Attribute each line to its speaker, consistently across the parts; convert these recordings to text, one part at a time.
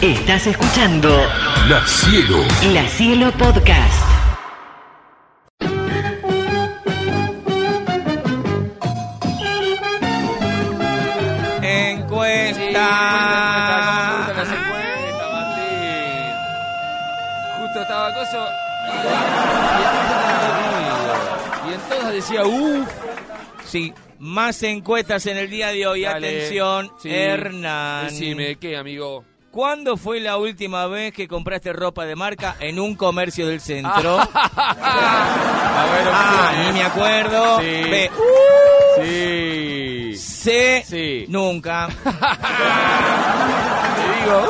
Speaker 1: Estás escuchando
Speaker 2: La Cielo.
Speaker 1: La Cielo Podcast.
Speaker 3: Encuesta.
Speaker 4: Encuesta, encuesta, encuesta, encuesta, Martín. Justo estaba acoso. Y en todas decía, uff.
Speaker 3: Sí, más encuestas en el día de hoy.
Speaker 4: Dale.
Speaker 3: Atención,
Speaker 4: Sí.
Speaker 3: Hernán.
Speaker 4: Decime, ¿qué, amigo?
Speaker 3: ¿Cuándo fue la última vez que compraste ropa de marca en un comercio del centro?
Speaker 4: Ah. A ver,
Speaker 3: A,
Speaker 4: opciones.
Speaker 3: ni me acuerdo.
Speaker 4: Sí.
Speaker 3: B,
Speaker 4: Sí.
Speaker 3: C,
Speaker 4: Sí.
Speaker 3: nunca.
Speaker 4: Te digo.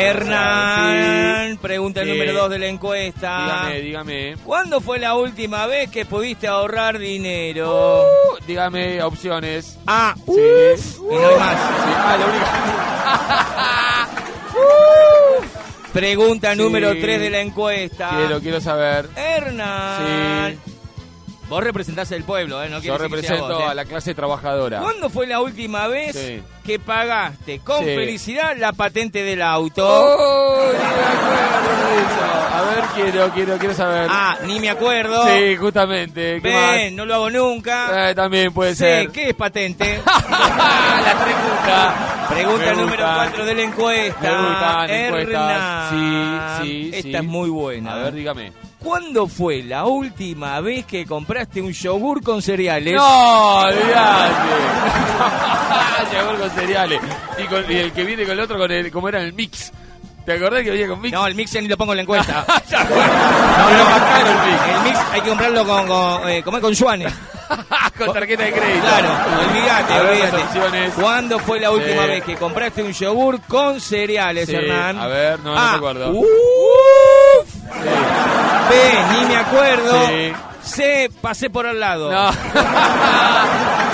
Speaker 3: Hernán, pregunta
Speaker 4: Sí.
Speaker 3: número 2 de la
Speaker 4: "Uh".
Speaker 3: encuesta.
Speaker 4: Ah. Dígame, dígame.
Speaker 3: ¿Cuándo fue la última vez que pudiste ahorrar dinero?
Speaker 4: Uh, dígame opciones.
Speaker 3: A,
Speaker 4: Sí.
Speaker 3: y no hay más.
Speaker 4: Sí. Ah, la única.
Speaker 3: Pregunta
Speaker 4: Sí.
Speaker 3: número 3 de la encuesta.
Speaker 4: Quiero, quiero saber.
Speaker 3: Hernán. Vos representás el pueblo, ¿eh? No
Speaker 4: Yo
Speaker 3: quiere decir que sea
Speaker 4: represento
Speaker 3: vos, ¿eh?
Speaker 4: a la clase trabajadora.
Speaker 3: ¿Cuándo fue la última vez
Speaker 4: Sí.
Speaker 3: que pagaste con
Speaker 4: Sí.
Speaker 3: felicidad la patente del auto?
Speaker 4: ¡Oh! Ni me acuerdo de eso. A ver, quiero, quiero, quiero saber.
Speaker 3: A, Ah, ni me acuerdo.
Speaker 4: Sí, justamente. ¿Qué
Speaker 3: B, no lo hago
Speaker 4: más?
Speaker 3: nunca.
Speaker 4: Eh, también puede
Speaker 3: C,
Speaker 4: ser.
Speaker 3: ¿qué es patente?
Speaker 4: la pregunta.
Speaker 3: Pregunta
Speaker 4: Me
Speaker 3: número
Speaker 4: gustan.
Speaker 3: 4 de la encuesta.
Speaker 4: Me gustan encuestas.
Speaker 3: Hernán.
Speaker 4: Sí, sí,
Speaker 3: Esta es
Speaker 4: sí.
Speaker 3: muy buena.
Speaker 4: A ver, dígame.
Speaker 3: ¿Cuándo fue la última vez que compraste un yogur con cereales?
Speaker 4: ¡No! ¡Olvídate! Llegó con cereales. Y, con- y el que viene con el otro, con el, como era el mix. ¿Te acordás que había con mix?
Speaker 3: No, el mix ya ni lo pongo en la encuesta.
Speaker 4: Ya, bueno. No, era más caro el mix.
Speaker 3: El mix hay que comprarlo con, con, eh, ¿cómo es? con yuanes.
Speaker 4: con tarjeta de crédito.
Speaker 3: Claro, olvídate,
Speaker 4: A ver las
Speaker 3: olvídate.
Speaker 4: opciones.
Speaker 3: ¿Cuándo fue la última
Speaker 4: Sí.
Speaker 3: vez que compraste un yogur con cereales,
Speaker 4: Sí,
Speaker 3: Hernán?
Speaker 4: A ver, no, no
Speaker 3: A,
Speaker 4: me acuerdo.
Speaker 3: Uf,
Speaker 4: Sí.
Speaker 3: B, ni me acuerdo.
Speaker 4: Sí.
Speaker 3: C, pasé por al lado.
Speaker 4: No.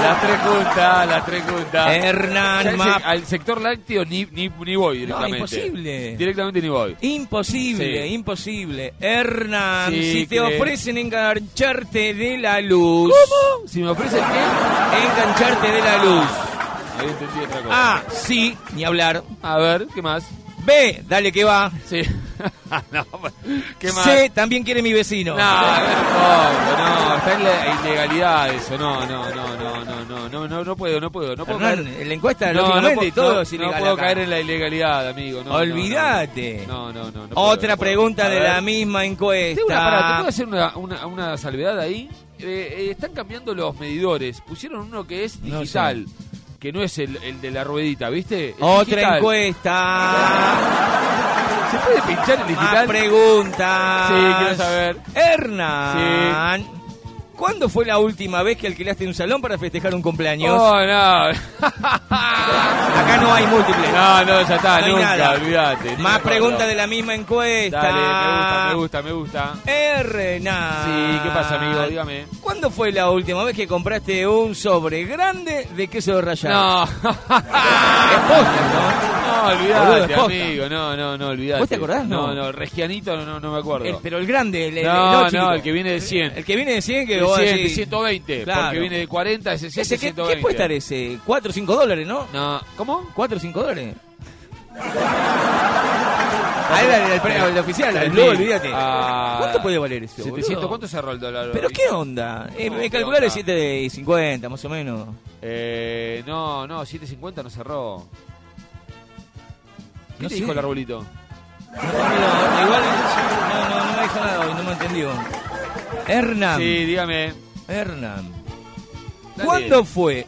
Speaker 4: las tres juntas, las tres juntas. Ya
Speaker 3: Hernán,
Speaker 4: el
Speaker 3: Map.
Speaker 4: se- al sector lácteo ni, ni, ni voy directamente.
Speaker 3: imposible.
Speaker 4: Directamente ni voy.
Speaker 3: Imposible,
Speaker 4: Sí.
Speaker 3: imposible. Hernán,
Speaker 4: Sí,
Speaker 3: si te
Speaker 4: creo.
Speaker 3: ofrecen engancharte de la luz.
Speaker 4: Si me ofrecen qué,
Speaker 3: Engancharte de la luz.
Speaker 4: había entendido otra cosa.
Speaker 3: A, sí, ni hablar.
Speaker 4: A ver, ¿qué más?
Speaker 3: B, dale que va.
Speaker 4: Sí. no, ¿Qué más?
Speaker 3: C, también quiere mi vecino.
Speaker 4: No, a ver, poco, no, está en la ilegalidad eso, no, no, no, no, no, no, no, no, no puedo, no puedo, no puedo
Speaker 3: Hernán,
Speaker 4: caer.
Speaker 3: en la encuesta,
Speaker 4: No, no,
Speaker 3: lógicamente,
Speaker 4: puedo-
Speaker 3: todo
Speaker 4: no,
Speaker 3: es
Speaker 4: no
Speaker 3: ilegal
Speaker 4: puedo
Speaker 3: acá.
Speaker 4: caer en la ilegalidad, amigo. No, no, no, no.
Speaker 3: Olvídate.
Speaker 4: No, no, no. no puedo,
Speaker 3: Otra
Speaker 4: no puedo.
Speaker 3: pregunta
Speaker 4: A
Speaker 3: de
Speaker 4: ver.
Speaker 3: la misma encuesta.
Speaker 4: Tengo una, pará, ¿te puedo hacer una, una- una salvedad ahí? Eh, eh, están cambiando los medidores. Pusieron uno que es
Speaker 3: No
Speaker 4: digital, que no es el, el de la ruedita, ¿viste? Es
Speaker 3: Otra
Speaker 4: digital.
Speaker 3: encuesta.
Speaker 4: ¿Se puede pinchar el
Speaker 3: Más
Speaker 4: digital?
Speaker 3: preguntas.
Speaker 4: Sí, quiero saber.
Speaker 3: Hernán. ¿Cuándo fue la última vez que alquilaste un salón para festejar un cumpleaños?
Speaker 4: Oh, no.
Speaker 3: Acá no hay múltiples.
Speaker 4: no, no, ya está,
Speaker 3: No hay
Speaker 4: nunca,
Speaker 3: nada.
Speaker 4: olvídate.
Speaker 3: Más preguntas de la misma encuesta.
Speaker 4: Dale, me gusta, me gusta, me gusta.
Speaker 3: Hernán.
Speaker 4: Sí, ¿qué pasa, amigo? Dígame.
Speaker 3: ¿Cuándo fue la última vez que compraste un sobre grande de queso rallado?
Speaker 4: No.
Speaker 3: Es postre, ¿no?
Speaker 4: No,
Speaker 3: Boludo, es
Speaker 4: olvídate,
Speaker 3: posta.
Speaker 4: amigo. No, no, no, olvídate.
Speaker 3: ¿Vos te acordás?
Speaker 4: No,
Speaker 3: No.
Speaker 4: no, Regianito no, no me acuerdo.
Speaker 3: El- pero el grande, el, el-
Speaker 4: no,
Speaker 3: el
Speaker 4: no,
Speaker 3: chico.
Speaker 4: el que viene de 100.
Speaker 3: El que viene de 100 que
Speaker 4: de
Speaker 3: vos
Speaker 4: 100, de
Speaker 3: decís.
Speaker 4: 120, porque
Speaker 3: Claro.
Speaker 4: viene de 40, de 60,
Speaker 3: Ese, ¿qué, qué
Speaker 4: 120.
Speaker 3: puede estar ese? 4 o 5 dólares, ¿no?
Speaker 4: No, ¿cómo?
Speaker 3: 4 o 5 dólares. Ahí era el, premio, el oficial, el
Speaker 4: Al
Speaker 3: blue,
Speaker 4: mil.
Speaker 3: olvídate.
Speaker 4: Ah,
Speaker 3: ¿Cuánto puede valer eso?
Speaker 4: 700,
Speaker 3: boludo?
Speaker 4: ¿cuánto ah. cerró el dólar?
Speaker 3: ¿Pero
Speaker 4: hoy?
Speaker 3: qué onda? Eh,
Speaker 4: No,
Speaker 3: me
Speaker 4: ¿qué
Speaker 3: calcular el
Speaker 4: onda?
Speaker 3: 7,50 más o menos.
Speaker 4: Eh, no, no, 750 no cerró. ¿Qué
Speaker 3: No
Speaker 4: te
Speaker 3: sé.
Speaker 4: dijo el arbolito?
Speaker 3: No, no, igual no, no, no me dijo nada hoy, no me entendió. Hernán,
Speaker 4: Sí, dígame.
Speaker 3: Hernán,
Speaker 4: Dale.
Speaker 3: ¿cuándo fue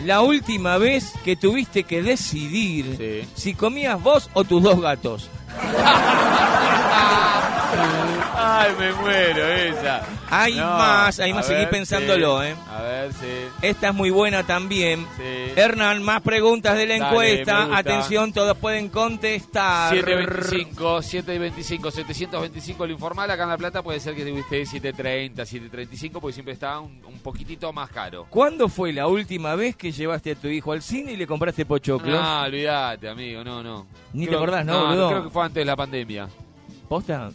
Speaker 3: la última vez que tuviste que decidir
Speaker 4: Sí.
Speaker 3: si comías vos o tus dos gatos?
Speaker 4: Ay, me muero esa.
Speaker 3: Hay más, hay
Speaker 4: a
Speaker 3: más, seguí pensándolo,
Speaker 4: sí.
Speaker 3: eh.
Speaker 4: A ver, sí.
Speaker 3: Esta es muy buena también.
Speaker 4: sí.
Speaker 3: Hernán, más preguntas de la
Speaker 4: Dale, me
Speaker 3: encuesta.
Speaker 4: gusta.
Speaker 3: Atención, todos pueden contestar.
Speaker 4: 725, 725, 725 lo informal, acá en La Plata puede ser que tuviste 730, 735, porque siempre está un, un poquitito más caro.
Speaker 3: ¿Cuándo fue la última vez que llevaste a tu hijo al cine y le compraste pochoclos?
Speaker 4: No, olvídate, amigo, no, no.
Speaker 3: Ni te acordás, ¿no,
Speaker 4: no
Speaker 3: boludo? Oh,
Speaker 4: Creo que fue antes de la pandemia.
Speaker 3: ¿Posta?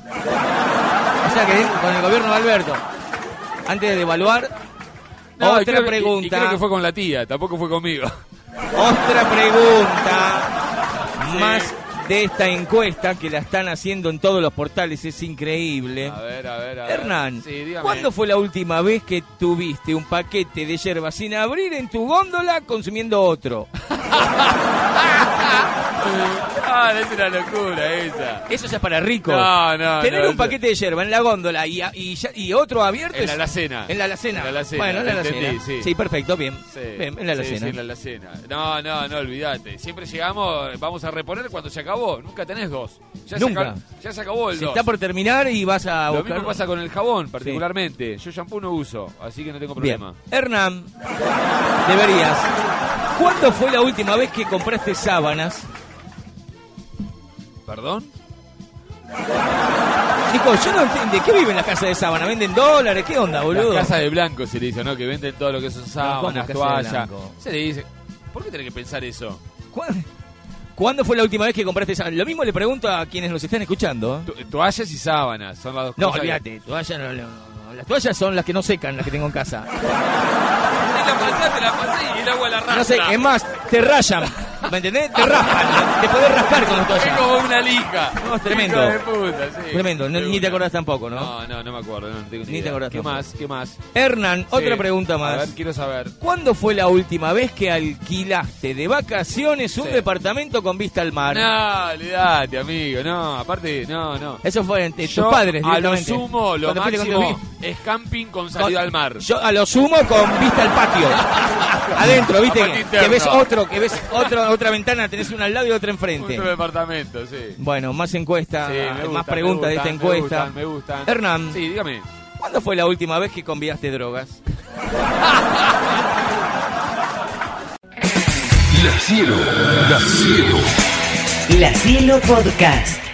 Speaker 3: O sea que con el gobierno de Alberto. Antes de devaluar,
Speaker 4: No, y
Speaker 3: otra
Speaker 4: creo que- y- y
Speaker 3: pregunta.
Speaker 4: creo que fue con la tía, tampoco fue conmigo.
Speaker 3: Otra pregunta. más de esta encuesta que la están haciendo en todos los portales. Es increíble.
Speaker 4: A ver, a ver, a ver.
Speaker 3: Eh. Hernán,
Speaker 4: Sí, dígame.
Speaker 3: ¿cuándo fue la última vez que tuviste un paquete de yerba sin abrir en tu góndola consumiendo otro?
Speaker 4: Ah, es una locura esa.
Speaker 3: Eso ya es para ricos.
Speaker 4: No, no,
Speaker 3: Tener
Speaker 4: no,
Speaker 3: un
Speaker 4: eso-
Speaker 3: paquete de yerba en la góndola y, y ya- y otro abierto
Speaker 4: En la
Speaker 3: es-
Speaker 4: alacena.
Speaker 3: En la alacena.
Speaker 4: En la alacena,
Speaker 3: Bueno, en la alacena.
Speaker 4: entendí, sí.
Speaker 3: perfecto, bien.
Speaker 4: Sí,
Speaker 3: Bien, en la
Speaker 4: sí,
Speaker 3: alacena.
Speaker 4: sí, en la alacena. No, no, no, olvídate. Siempre llegamos, vamos a reponer cuando se acabó. Nunca tenés dos. Ya
Speaker 3: Nunca.
Speaker 4: Se acabó, ya se acabó el
Speaker 3: Se
Speaker 4: dos.
Speaker 3: está por terminar y vas a
Speaker 4: Lo
Speaker 3: buscar.
Speaker 4: mismo pasa con el jabón, particularmente. Yo shampoo no uso, así que no tengo
Speaker 3: Bien.
Speaker 4: problema.
Speaker 3: Hernán, deberías. ¿Cuándo fue la última vez que compraste sábanas?
Speaker 4: ¿Perdón?
Speaker 3: Dijo, yo no entiendo. ¿De qué viven las casas de sábana? ¿Venden dólares? ¿Qué onda, boludo?
Speaker 4: Las casas de blanco se le dice, ¿no? Que venden todo lo que son
Speaker 3: ¿cómo casa
Speaker 4: sábanas,
Speaker 3: de
Speaker 4: toallas.
Speaker 3: blanco?
Speaker 4: Se le dice. ¿Por qué tenés que pensar eso?
Speaker 3: ¿Cuándo, cuándo fue la última vez que compraste sábanas? Lo mismo le pregunto a quienes nos están escuchando. ¿eh?
Speaker 4: To- toallas y sábanas son las dos
Speaker 3: No,
Speaker 4: cosas. que-
Speaker 3: olvídate, toallas no, no, no. Las toallas son las que no secan, las que tengo en casa. No sé, es más, te rayan. ¿Me entendés? Te raspan. Te podés rascar con las
Speaker 4: Es
Speaker 3: toallas.
Speaker 4: como una lija.
Speaker 3: No, es tremendo.
Speaker 4: Hijo de puta, sí.
Speaker 3: Tremendo, no-
Speaker 4: De
Speaker 3: ni te
Speaker 4: una.
Speaker 3: acordás tampoco, ¿no?
Speaker 4: eh, No, no, no me acuerdo. No, no tengo
Speaker 3: Ni te
Speaker 4: idea.
Speaker 3: acordás
Speaker 4: ¿Qué
Speaker 3: tampoco.
Speaker 4: más? ¿Qué más?
Speaker 3: Hernán, otra
Speaker 4: Sí.
Speaker 3: pregunta
Speaker 4: A ver,
Speaker 3: más.
Speaker 4: quiero saber.
Speaker 3: ¿Cuándo fue la última vez que alquilaste de vacaciones un
Speaker 4: Sí.
Speaker 3: departamento con vista al mar?
Speaker 4: No, olvidate, amigo. No, aparte, no, no.
Speaker 3: Eso fue entre tus
Speaker 4: Yo,
Speaker 3: padres.
Speaker 4: a lo
Speaker 3: directamente.
Speaker 4: sumo, lo
Speaker 3: Cuando fuiste con tu
Speaker 4: máximo
Speaker 3: vi-
Speaker 4: es camping con
Speaker 3: con-
Speaker 4: salida al mar.
Speaker 3: Yo a lo sumo con vista al patio. Adentro,
Speaker 4: A
Speaker 3: viste
Speaker 4: patio
Speaker 3: que,
Speaker 4: interno.
Speaker 3: que ves otro, que ves otro, otra ventana, tenés una al lado y otra enfrente.
Speaker 4: Otro departamento, sí.
Speaker 3: Bueno, más encuesta,
Speaker 4: Sí, me
Speaker 3: Ah, más
Speaker 4: gustan,
Speaker 3: preguntas
Speaker 4: me
Speaker 3: de esta
Speaker 4: gustan,
Speaker 3: encuesta.
Speaker 4: Me gustan, me gustan.
Speaker 3: Hernán,
Speaker 4: Sí, dígame.
Speaker 3: ¿cuándo fue la última vez que convidaste drogas?
Speaker 2: La cielo, la cielo.
Speaker 1: La Cielo Podcast.